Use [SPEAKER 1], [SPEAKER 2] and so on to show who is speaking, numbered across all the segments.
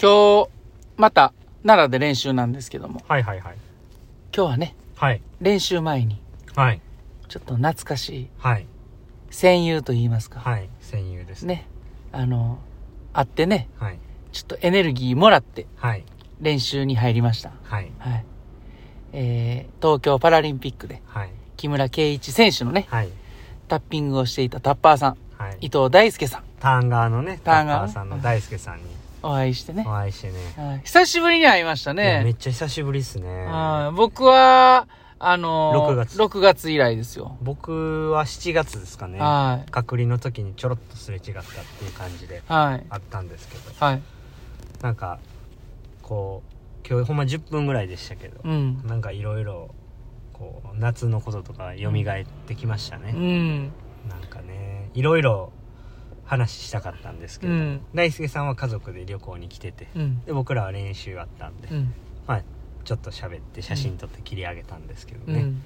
[SPEAKER 1] 今日、また、奈良で練習なんですけども、
[SPEAKER 2] はいはいはい。
[SPEAKER 1] 今日はね、
[SPEAKER 2] はい。
[SPEAKER 1] 練習前に、
[SPEAKER 2] はい。
[SPEAKER 1] ちょっと懐かしい、
[SPEAKER 2] はい。
[SPEAKER 1] 戦友と言いますか、
[SPEAKER 2] はい。戦友ですね。
[SPEAKER 1] ね、あの、会ってね、
[SPEAKER 2] はい。
[SPEAKER 1] ちょっとエネルギーもらって
[SPEAKER 2] はい。
[SPEAKER 1] 練習に入りました。
[SPEAKER 2] はい。
[SPEAKER 1] はい。えー、東京パラリンピックで、
[SPEAKER 2] はい。
[SPEAKER 1] 木村敬一選手のね、
[SPEAKER 2] はい。
[SPEAKER 1] タッピングをしていたタッパーさん、
[SPEAKER 2] はい
[SPEAKER 1] 伊。藤大輔さん、
[SPEAKER 2] ターン側のね、
[SPEAKER 1] ターン側
[SPEAKER 2] タッパさんの大輔さんに
[SPEAKER 1] お会いしてね
[SPEAKER 2] お。会いしてね。
[SPEAKER 1] はい久しぶりに会いました
[SPEAKER 2] いやめっ
[SPEAKER 1] ね。
[SPEAKER 2] ちゃ久しぶりっすね。
[SPEAKER 1] はい僕は、あのー、
[SPEAKER 2] 6月
[SPEAKER 1] 6月以来ですよ。
[SPEAKER 2] 僕は7月ですかね。
[SPEAKER 1] はい。
[SPEAKER 2] 隔離の時にちょろっとすれ違ったっていう感じで
[SPEAKER 1] はい。
[SPEAKER 2] あったんですけど。
[SPEAKER 1] はい。
[SPEAKER 2] なんか、こう、今日ほんま10分ぐらいでしたけど
[SPEAKER 1] う、ん。
[SPEAKER 2] なんかいろいろ、こう、夏のこととか蘇ってきましたね。
[SPEAKER 1] うん。
[SPEAKER 2] なんかねいろいろ話したかったんですけ
[SPEAKER 1] う
[SPEAKER 2] ど、
[SPEAKER 1] ん。
[SPEAKER 2] 大輔さんは家族で旅行に来てて
[SPEAKER 1] うん。
[SPEAKER 2] で僕らは練習あったんで、
[SPEAKER 1] うん。
[SPEAKER 2] まあちょっと喋って写真撮って切り上げたんですけど
[SPEAKER 1] う
[SPEAKER 2] ね、
[SPEAKER 1] ん。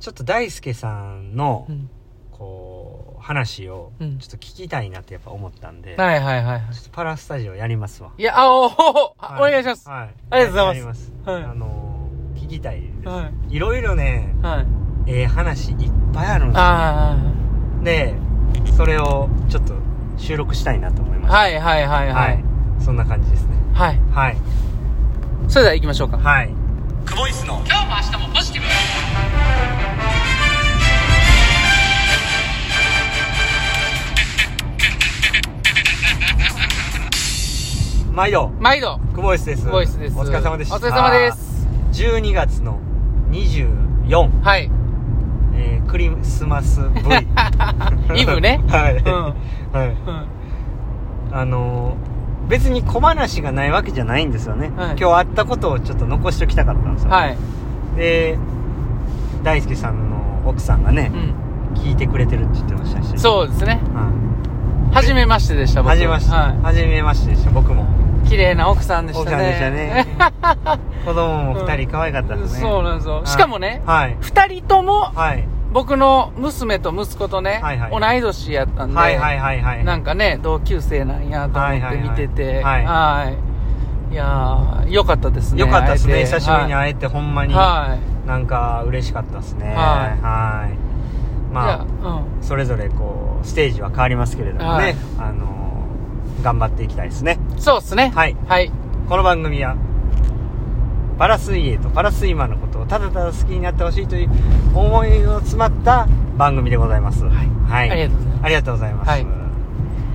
[SPEAKER 2] ちょっと大輔さんの
[SPEAKER 1] うん。
[SPEAKER 2] こう話を
[SPEAKER 1] うん
[SPEAKER 2] ちょっと聞きたいなってやっぱ思ったんで、
[SPEAKER 1] はいはいはいはい。
[SPEAKER 2] ちょっとパラスタジオやりますわ
[SPEAKER 1] いや、あ、おおあお
[SPEAKER 2] は
[SPEAKER 1] 願いします。は
[SPEAKER 2] はい、
[SPEAKER 1] ありがとうござい
[SPEAKER 2] ますます、
[SPEAKER 1] はい
[SPEAKER 2] あのー聞きたいです、、
[SPEAKER 1] はい
[SPEAKER 2] ろいろね
[SPEAKER 1] い。はい。
[SPEAKER 2] ええ話いっぱいあるんですよ
[SPEAKER 1] あ
[SPEAKER 2] でそれをちょっと収録したいなと思い
[SPEAKER 1] あ、
[SPEAKER 2] ました
[SPEAKER 1] はいはいはいは
[SPEAKER 2] はいい。、そんな感じですね。
[SPEAKER 1] はい。
[SPEAKER 2] はい。
[SPEAKER 1] それでは行きましょうか。
[SPEAKER 2] はい。クボイスの。
[SPEAKER 1] 今日も明日もポジティブ。
[SPEAKER 2] 毎度、
[SPEAKER 1] 毎度、
[SPEAKER 2] クボイスです。
[SPEAKER 1] ボイスです。
[SPEAKER 2] お疲れ様でした。
[SPEAKER 1] お疲れ様で。す。
[SPEAKER 2] 12月の24、
[SPEAKER 1] はい。
[SPEAKER 2] えー、クリスマス V。
[SPEAKER 1] イブね
[SPEAKER 2] はい。
[SPEAKER 1] うん
[SPEAKER 2] はい。
[SPEAKER 1] うん。
[SPEAKER 2] あのー、別に小話がないわけじゃないんですよね、
[SPEAKER 1] はい
[SPEAKER 2] 今日あったことをちょっと残しておきたかったんですよ、
[SPEAKER 1] はい。
[SPEAKER 2] で大輔さんの奥さんがね
[SPEAKER 1] う、ん。
[SPEAKER 2] 聞いてくれてるって言ってましたし
[SPEAKER 1] そうですね。
[SPEAKER 2] う、ん、
[SPEAKER 1] はじめましてでした、僕
[SPEAKER 2] はじめまして、
[SPEAKER 1] は
[SPEAKER 2] はじめましてでした僕も
[SPEAKER 1] い。綺麗な奥さんでしたね。
[SPEAKER 2] 奥さんでしたね 子供も2人可愛かったですね、
[SPEAKER 1] そうなんですよ。しかもね、
[SPEAKER 2] はい
[SPEAKER 1] 二人とも、
[SPEAKER 2] はい、
[SPEAKER 1] 僕の娘と息子とね
[SPEAKER 2] はい、はい
[SPEAKER 1] 同い年やったんで、
[SPEAKER 2] はいはいはいはい
[SPEAKER 1] なんかね、同級生なんやと思って見てて、
[SPEAKER 2] はいはい
[SPEAKER 1] はい。いやー、よかったですね。
[SPEAKER 2] よかったですね
[SPEAKER 1] 会えて
[SPEAKER 2] 久しぶりに会えてほんまに
[SPEAKER 1] は
[SPEAKER 2] なんか嬉しかったですね
[SPEAKER 1] は
[SPEAKER 2] はいいまあ
[SPEAKER 1] い。じゃあ、うん。
[SPEAKER 2] それぞれこうステージは変わりますけれどもね、
[SPEAKER 1] はい
[SPEAKER 2] あのー頑張っていきたいですね
[SPEAKER 1] そうっすね。
[SPEAKER 2] はい
[SPEAKER 1] はい。
[SPEAKER 2] この番組はパラ水泳とパラスイマーのことをただただ好きになってほしいという思いの詰まった番組でございますはい、
[SPEAKER 1] ありがとうございます
[SPEAKER 2] ありがとうございます、
[SPEAKER 1] はい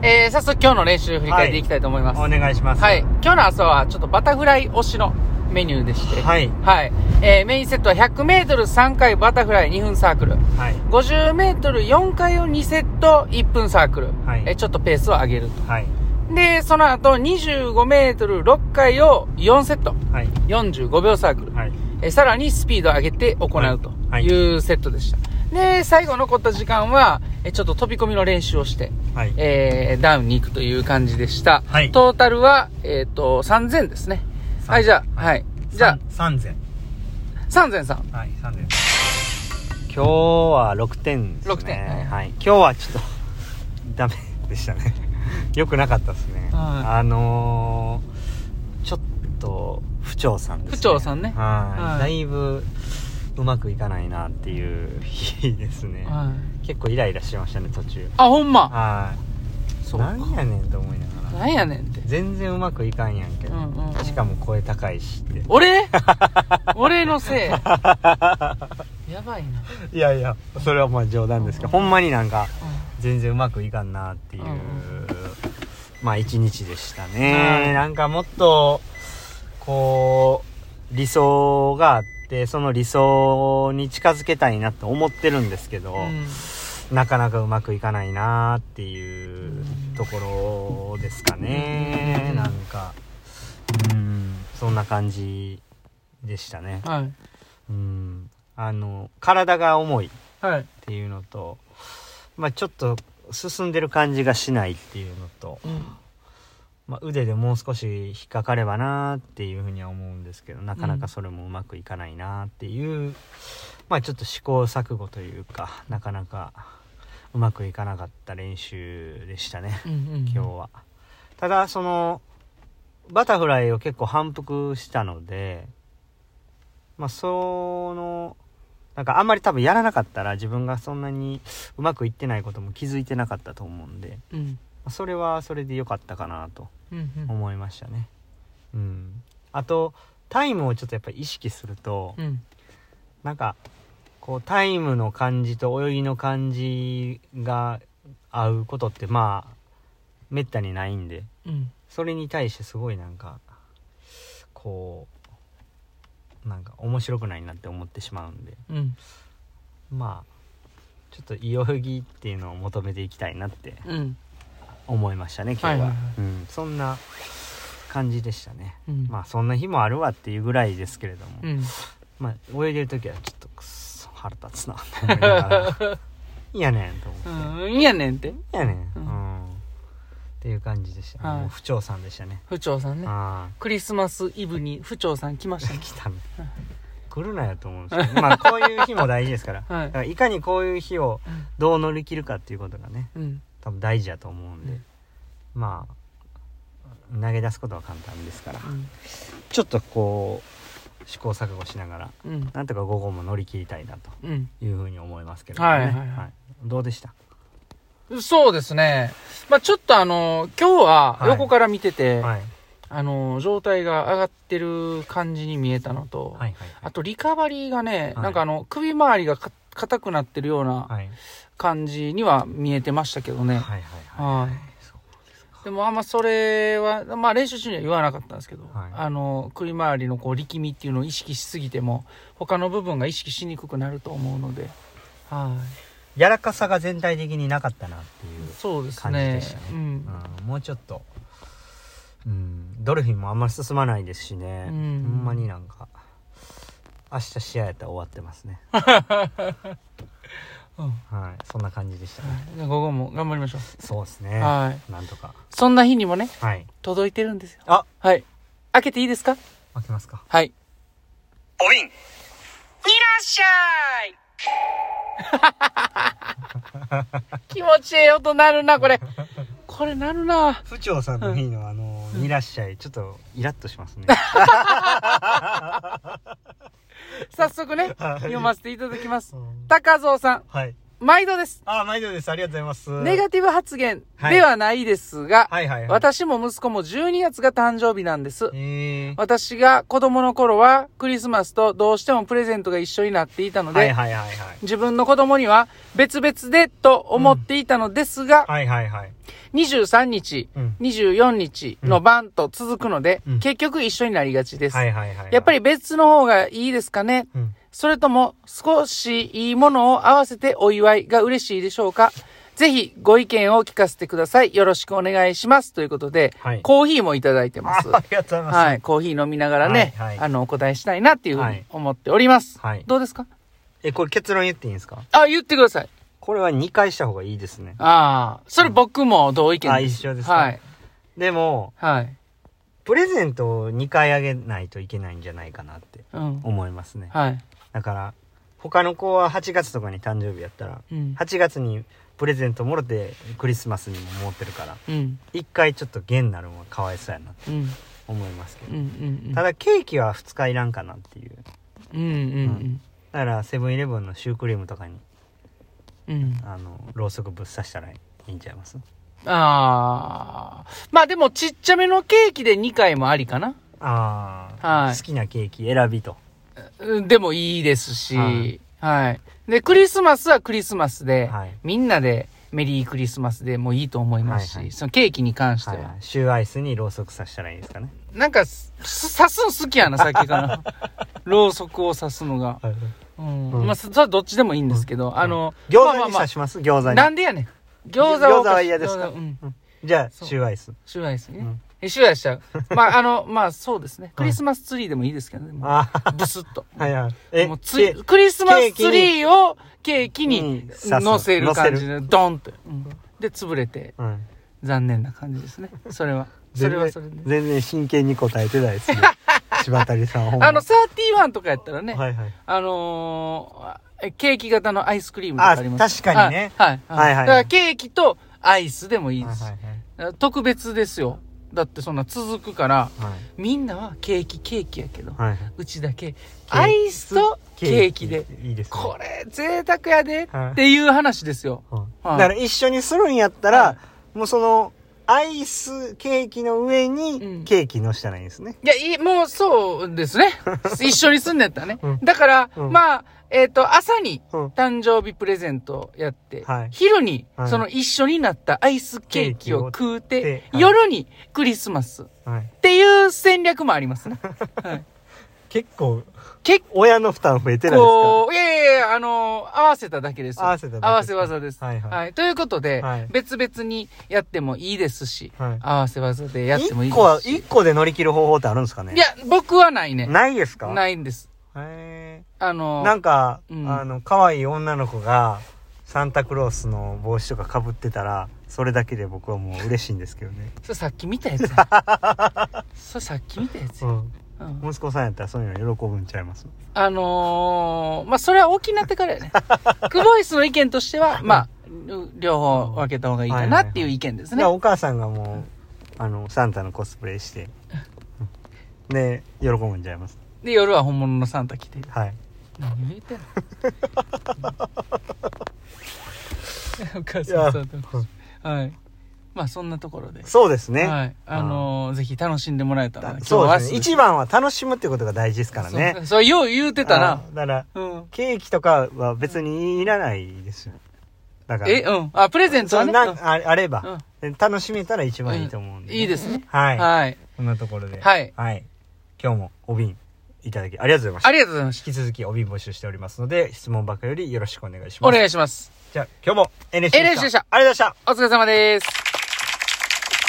[SPEAKER 1] えー、早速今日の練習振り返っていきたいと思います。
[SPEAKER 2] お願いします
[SPEAKER 1] はい。今日の朝はちょっとバタフライ推しのメニューでして、
[SPEAKER 2] はい
[SPEAKER 1] はい。えー、メインセットは100メートル3回バタフライ2分サークル。
[SPEAKER 2] はい
[SPEAKER 1] 50メートル4回を2セット1分サークル。
[SPEAKER 2] はい
[SPEAKER 1] えーちょっとペースを上げると。
[SPEAKER 2] はい
[SPEAKER 1] で、その後25メートル6回を4セット。
[SPEAKER 2] はい
[SPEAKER 1] 45秒サークル。
[SPEAKER 2] はい
[SPEAKER 1] えーさらにスピードを上げて行うと
[SPEAKER 2] はい
[SPEAKER 1] いうセットでした。で、最後残った時間は、えーちょっと飛び込みの練習をして、
[SPEAKER 2] はい
[SPEAKER 1] えー、ダウンに行くという感じでした。
[SPEAKER 2] はい
[SPEAKER 1] トータルは、えっ、と、3000ですね。
[SPEAKER 2] 3000
[SPEAKER 1] はい、じゃあ、はい。じゃ
[SPEAKER 2] 三千
[SPEAKER 1] あ、3000さん。
[SPEAKER 2] はい三千今日は六点ですね
[SPEAKER 1] 六点はい
[SPEAKER 2] はい今日はちょっとダメでしたね 良くなかったですね、
[SPEAKER 1] は
[SPEAKER 2] あのー、ちょっと不調さんですね
[SPEAKER 1] 不調さんね
[SPEAKER 2] はい、
[SPEAKER 1] はい
[SPEAKER 2] だいぶうまくいかないなっていう日ですね、
[SPEAKER 1] はい。
[SPEAKER 2] 結構イライラしましたね途中
[SPEAKER 1] あ、ほんま。
[SPEAKER 2] はい
[SPEAKER 1] そうか
[SPEAKER 2] な。んやねんと思いなが
[SPEAKER 1] な
[SPEAKER 2] ら
[SPEAKER 1] んやねんって。
[SPEAKER 2] 全然うまくいかんやんけ
[SPEAKER 1] う
[SPEAKER 2] ど、
[SPEAKER 1] んうん、うん。
[SPEAKER 2] しかも声高いしって
[SPEAKER 1] 俺 俺のせい。やばいな。
[SPEAKER 2] いやいやそれはまあ冗談ですけど、ほんまになんか全然うまくいかんなっていう、
[SPEAKER 1] うんうん
[SPEAKER 2] まあ一日でした
[SPEAKER 1] は
[SPEAKER 2] ね
[SPEAKER 1] い
[SPEAKER 2] なんかもっとこう理想があってその理想に近づけたいなと思ってるんですけど、
[SPEAKER 1] うん。うん
[SPEAKER 2] なかなかうまくいかないなっていう
[SPEAKER 1] うん
[SPEAKER 2] ところですかね、
[SPEAKER 1] うん
[SPEAKER 2] なんかうんそんな感じでしたね
[SPEAKER 1] はい。
[SPEAKER 2] うんあの体が重い
[SPEAKER 1] はい。
[SPEAKER 2] っていうのと、まあ、ちょっと進んでる感じがしないっていうのと、
[SPEAKER 1] うん。
[SPEAKER 2] まあ、腕でもう少し引っかかればなーっていうふうには思うんですけどなかなかそれもうまくいかないなーっていう、まあちょっと試行錯誤というかなかなかうまくいかなかった練習でしたね
[SPEAKER 1] うんうん。
[SPEAKER 2] 今日は。ただそのバタフライを結構反復したので、まあ、その、なんかあんまり多分やらなかったら自分がそんなにうまくいってないことも気づいてなかったと思うんで、
[SPEAKER 1] うん
[SPEAKER 2] まあそれはそれで良かったかなと
[SPEAKER 1] うんうん
[SPEAKER 2] 思いましたね。うん。あと、タイムをちょっとやっぱり意識すると、
[SPEAKER 1] うん
[SPEAKER 2] なんか、こう、タイムの感じと泳ぎの感じが合うことって、まあ、めったにないんで、
[SPEAKER 1] うん
[SPEAKER 2] それに対してすごいなんか、こう、なんか面白くないなって思ってしまうんで、
[SPEAKER 1] うん
[SPEAKER 2] まあ、ちょっとい泳ぎっていうのを求めていきたいなって
[SPEAKER 1] うん
[SPEAKER 2] 思いましたね、今日は。
[SPEAKER 1] はいはいはい
[SPEAKER 2] うん、そんな感じでしたね。
[SPEAKER 1] うん
[SPEAKER 2] まあ、そんな日もあるわっていうぐらいですけれども、
[SPEAKER 1] うん
[SPEAKER 2] まあ、泳いでる時はちょっとくっそ腹立 つなって思いながらいやねんと思って、
[SPEAKER 1] うんいいやねんって
[SPEAKER 2] いやねん、う
[SPEAKER 1] うんん
[SPEAKER 2] っていう感じでしたね、
[SPEAKER 1] はい
[SPEAKER 2] もう不調さんでしたね
[SPEAKER 1] 府長さんね
[SPEAKER 2] あ
[SPEAKER 1] クリスマスイブに府長さん来まし
[SPEAKER 2] あ
[SPEAKER 1] たね
[SPEAKER 2] 来たね来るなよと思うんですけど、まあこういう日も大事ですから
[SPEAKER 1] はい
[SPEAKER 2] だからいかにこういう日をどう乗り切るかっていうことがね
[SPEAKER 1] うん
[SPEAKER 2] 多分大事だと思うんで、
[SPEAKER 1] うん
[SPEAKER 2] まあ投げ出すことは簡単ですから
[SPEAKER 1] うん
[SPEAKER 2] ちょっとこう試行錯誤しながら
[SPEAKER 1] うん
[SPEAKER 2] なんとか午後も乗り切りたいなと
[SPEAKER 1] うん
[SPEAKER 2] いうふうに思いますけどもね、
[SPEAKER 1] はいはいはい
[SPEAKER 2] どうでした
[SPEAKER 1] そうですね。まあちょっとあの、今日は
[SPEAKER 2] はい
[SPEAKER 1] 横から見てて、
[SPEAKER 2] はい
[SPEAKER 1] あの、状態が上がってる感じに見えたのと、
[SPEAKER 2] はいはい
[SPEAKER 1] あとリカバリーがね、
[SPEAKER 2] はい
[SPEAKER 1] なんかあの、首周りがか硬くなってるような
[SPEAKER 2] はい
[SPEAKER 1] 感じには見えてましたけどね。
[SPEAKER 2] はいはいはい
[SPEAKER 1] はいでもあんまそれは、まあ練習中には言わなかったんですけど、
[SPEAKER 2] はい
[SPEAKER 1] あの、首周りのこう力みっていうのを意識しすぎても、他の部分が意識しにくくなると思うので、は
[SPEAKER 2] やらかさが全体的になかったなってい
[SPEAKER 1] い。
[SPEAKER 2] う、
[SPEAKER 1] そうです
[SPEAKER 2] 感じ
[SPEAKER 1] ね
[SPEAKER 2] でしたね。
[SPEAKER 1] うん。
[SPEAKER 2] うんもうちょっと、うん、ドルフィンもあんまり進まないですしね、
[SPEAKER 1] うん
[SPEAKER 2] ほんまになんか明日試合やったら終わってますね
[SPEAKER 1] うん
[SPEAKER 2] はいそんな感じでしたね、
[SPEAKER 1] はいじゃあ午後も頑張りましょ
[SPEAKER 2] そうです
[SPEAKER 1] う。
[SPEAKER 2] ね
[SPEAKER 1] はい。
[SPEAKER 2] なんとか
[SPEAKER 1] そんな日にもね、
[SPEAKER 2] はい
[SPEAKER 1] 届いてるんですよ。
[SPEAKER 2] あ
[SPEAKER 1] はい。開けていいですか
[SPEAKER 2] 開けますか
[SPEAKER 1] はい。
[SPEAKER 3] おいん
[SPEAKER 1] いらっしゃい 気持ちええ音なるな、これ。これなるな。
[SPEAKER 2] 府長さんの日のあの「いらっしゃい」ちょっとイラッとしますね
[SPEAKER 1] 早速ね、
[SPEAKER 2] はい
[SPEAKER 1] 読ませていただきます
[SPEAKER 2] う。ん
[SPEAKER 1] 高蔵さん、
[SPEAKER 2] はい
[SPEAKER 1] 毎度です。
[SPEAKER 2] あ毎度ですありがとうございます
[SPEAKER 1] ネガティブ発言
[SPEAKER 2] はい
[SPEAKER 1] ではないですが、
[SPEAKER 2] はいはいはい
[SPEAKER 1] 私も息子も12月が誕生日なんです。
[SPEAKER 2] えー
[SPEAKER 1] 私が子供の頃はクリスマスとどうしてもプレゼントが一緒になっていたので、
[SPEAKER 2] はいはいはいはい
[SPEAKER 1] 自分の子供には別々でと思っていたのですが、
[SPEAKER 2] はいはいはい
[SPEAKER 1] 23日、
[SPEAKER 2] うん
[SPEAKER 1] 24日の晩と続くので、
[SPEAKER 2] うん
[SPEAKER 1] 結局一緒になりがちです。
[SPEAKER 2] はいはいはいはい
[SPEAKER 1] やっぱり別の方がいいですかね
[SPEAKER 2] うん
[SPEAKER 1] それとも少しいいものを合わせてお祝いが嬉しいでしょうかぜひご意見を聞かせてください。よろしくお願いします。ということで、
[SPEAKER 2] はい
[SPEAKER 1] コーヒーもいただいて
[SPEAKER 2] ああ
[SPEAKER 1] ます
[SPEAKER 2] り。がとうございます
[SPEAKER 1] はい、コーヒー飲みながらね、
[SPEAKER 2] はいはい
[SPEAKER 1] あの、お答えしたいなっていうふうに思っております。
[SPEAKER 2] はい
[SPEAKER 1] どうですか
[SPEAKER 2] えこれ結論言っていいんですか
[SPEAKER 1] あ、言ってください。
[SPEAKER 2] これは2回した方がいいですね
[SPEAKER 1] ああ、それ僕も同意見
[SPEAKER 2] あ一緒ですか
[SPEAKER 1] はい。
[SPEAKER 2] でも
[SPEAKER 1] はい。
[SPEAKER 2] プレゼントを2回あげないといけないんじゃないかなって
[SPEAKER 1] うん。
[SPEAKER 2] 思いますね
[SPEAKER 1] はい。
[SPEAKER 2] だから他の子は8月とかに誕生日やったら
[SPEAKER 1] うん。
[SPEAKER 2] 8月にプレゼントもろてクリスマスにも持ってるから
[SPEAKER 1] うん。
[SPEAKER 2] 1回ちょっと弦なるのはかわいそうやなって
[SPEAKER 1] うん。
[SPEAKER 2] 思いますけ
[SPEAKER 1] うん。う
[SPEAKER 2] ど
[SPEAKER 1] ん。
[SPEAKER 2] ただケーキは2日いらんかなっていう
[SPEAKER 1] うん。うん。
[SPEAKER 2] だからセブンイレブンのシュークリームとかに
[SPEAKER 1] うん。うん。
[SPEAKER 2] あのろうそくぶっ刺したらいいんちゃいます
[SPEAKER 1] ああ。まあでもちっちゃめのケーキで2回もありかな。
[SPEAKER 2] ああ、
[SPEAKER 1] はい
[SPEAKER 2] 好きなケーキ選びと
[SPEAKER 1] うんでもいいですし、
[SPEAKER 2] は
[SPEAKER 1] はい
[SPEAKER 2] い。
[SPEAKER 1] で、クリスマスはクリスマスで、
[SPEAKER 2] はい
[SPEAKER 1] みんなでメリークリスマスでもいいと思いますし、
[SPEAKER 2] はいはい
[SPEAKER 1] そのケーキに関して
[SPEAKER 2] は
[SPEAKER 1] は。
[SPEAKER 2] いはい、シューアイスにろうそく刺したらいいですかね、
[SPEAKER 1] なんか、す刺すの好きやな、さっきか ら。ろうそくを刺すのが。うん。
[SPEAKER 2] うん
[SPEAKER 1] まあ、そそれはどっちでもいいんですけど、あの、
[SPEAKER 2] 餃
[SPEAKER 1] まあま
[SPEAKER 2] 子
[SPEAKER 1] あ
[SPEAKER 2] に
[SPEAKER 1] まあ
[SPEAKER 2] 刺します、餃子に
[SPEAKER 1] なんでやねん。餃子は。
[SPEAKER 2] 餃子は嫌ですか
[SPEAKER 1] 餃子うん。
[SPEAKER 2] じゃあ
[SPEAKER 1] そう
[SPEAKER 2] シューアイス
[SPEAKER 1] シューアイスね。
[SPEAKER 2] うん
[SPEAKER 1] え、シューアイスちゃ う。まあ、あの、まあ、そうですね。クリスマスツリーでもいいですけどね。もう
[SPEAKER 2] ああ
[SPEAKER 1] ブスッと。
[SPEAKER 2] はいはいえ
[SPEAKER 1] もうツリークリスマスツリーをケーキ
[SPEAKER 2] に
[SPEAKER 1] に
[SPEAKER 2] 刺す
[SPEAKER 1] 乗せる感じで、ドンって。うんで、潰れて、
[SPEAKER 2] うん、
[SPEAKER 1] 残念な感じですね。それは。そ
[SPEAKER 2] 全
[SPEAKER 1] れ
[SPEAKER 2] 然
[SPEAKER 1] はそれで。
[SPEAKER 2] 全然真剣に答えてない ですね柴谷さんほんま
[SPEAKER 1] あの、31とかやったらね、
[SPEAKER 2] はいはい
[SPEAKER 1] あのーえケーキ型のアイスクリームとかあります
[SPEAKER 2] あ確かにね
[SPEAKER 1] はい。はい。
[SPEAKER 2] はいはい
[SPEAKER 1] だからケーキとアイスでもいい
[SPEAKER 2] は
[SPEAKER 1] で
[SPEAKER 2] い
[SPEAKER 1] す。
[SPEAKER 2] はいはい
[SPEAKER 1] 特別ですよ。だってそんな続くから
[SPEAKER 2] はい
[SPEAKER 1] みんなはケーキケーキやけど、
[SPEAKER 2] はい。
[SPEAKER 1] うちだけアイスとケーキで。
[SPEAKER 2] いいです、ね。
[SPEAKER 1] これ贅沢やでっ
[SPEAKER 2] はい
[SPEAKER 1] ていう話ですよ
[SPEAKER 2] はい
[SPEAKER 1] はい
[SPEAKER 2] だから一緒にするんやったら、
[SPEAKER 1] は
[SPEAKER 2] もうその、アイスケーキの上
[SPEAKER 1] うん
[SPEAKER 2] に、ケーキのしたらいいんですね。
[SPEAKER 1] いやいいもうそうです ね一緒に住んでったらね、
[SPEAKER 2] うん
[SPEAKER 1] だから、
[SPEAKER 2] うん
[SPEAKER 1] まあえっ、と朝に
[SPEAKER 2] うん。
[SPEAKER 1] 誕生日プレゼントやって、
[SPEAKER 2] はい
[SPEAKER 1] 昼に
[SPEAKER 2] はい
[SPEAKER 1] その一緒になったアイスケーキを食うて、
[SPEAKER 2] ケーキを食ってはい
[SPEAKER 1] 夜にクリスマスっ
[SPEAKER 2] はい。
[SPEAKER 1] ていう戦略もありますね。はい、
[SPEAKER 2] 結構、
[SPEAKER 1] 結
[SPEAKER 2] 親の負担増えてないですか
[SPEAKER 1] 構、いやいやいや、あの合わせただけですよ
[SPEAKER 2] 合わせただけ
[SPEAKER 1] 合わせ技です。
[SPEAKER 2] はいはい
[SPEAKER 1] ということで、
[SPEAKER 2] はい
[SPEAKER 1] 別々にやってもいいですし、
[SPEAKER 2] はい
[SPEAKER 1] 合わせ技でやってもいい
[SPEAKER 2] 一
[SPEAKER 1] で
[SPEAKER 2] 個は、
[SPEAKER 1] すし。
[SPEAKER 2] 一個で乗り切る方法ってあるんですかね
[SPEAKER 1] いや、僕はないね。
[SPEAKER 2] ないですかい。
[SPEAKER 1] ないんです。
[SPEAKER 2] へ
[SPEAKER 1] あ
[SPEAKER 2] ー
[SPEAKER 1] の
[SPEAKER 2] なんか、
[SPEAKER 1] うん
[SPEAKER 2] あの、可愛い女の子が、サンタクロースの帽子とか被ってたら、それだけで僕はもう嬉しいんですけどね。
[SPEAKER 1] それさっき見たやつ やそれさっき見たやつ
[SPEAKER 2] う
[SPEAKER 1] や、
[SPEAKER 2] ん。
[SPEAKER 1] うん
[SPEAKER 2] 息子さんやったらそういうの喜ぶんちゃいます
[SPEAKER 1] あのー、まあ、それは大きになってからや ね。クボイスの意見としては、まあ、う両方分けた方がいいかなっていう意見ですね
[SPEAKER 2] だから。お母さんがもう、あの、サンタのコスプレして、で、喜ぶんちゃいます。
[SPEAKER 1] で、夜は本物のサンタ来て。
[SPEAKER 2] はい。
[SPEAKER 1] 何を言ってんのお母さんサンタ
[SPEAKER 2] い
[SPEAKER 1] はい。まあ、そんなところで。
[SPEAKER 2] そうですね。
[SPEAKER 1] はい。あのー、ぜひ楽しんでもらえたら
[SPEAKER 2] だ。そうですね。
[SPEAKER 1] 今日
[SPEAKER 2] 一番は楽しむってことが大事ですか
[SPEAKER 1] は
[SPEAKER 2] ら
[SPEAKER 1] 明日
[SPEAKER 2] ね。
[SPEAKER 1] そうそれよう言うてたな
[SPEAKER 2] あ。。だから、
[SPEAKER 1] うん。
[SPEAKER 2] ケーキとかは別にいらないですよ。だから、
[SPEAKER 1] え、うん。あ、プレゼント
[SPEAKER 2] そ
[SPEAKER 1] は
[SPEAKER 2] ん
[SPEAKER 1] ね。
[SPEAKER 2] な
[SPEAKER 1] うん
[SPEAKER 2] ああれば、楽しめたら一番いいと思うんで、
[SPEAKER 1] いいですね。
[SPEAKER 2] はい。
[SPEAKER 1] はい。
[SPEAKER 2] こんなところで。
[SPEAKER 1] はい
[SPEAKER 2] はい。今日もお瓶いただきありがとうございました。
[SPEAKER 1] ありがとうございまし。
[SPEAKER 2] 引き続きお瓶募集しておりますので、質問ばかよりよろしくお願いしたま
[SPEAKER 1] お
[SPEAKER 2] す。
[SPEAKER 1] 願いします。
[SPEAKER 2] じゃあ今日も NHK で
[SPEAKER 1] NHK でした
[SPEAKER 2] ありがとうございました。
[SPEAKER 1] お疲れ様です。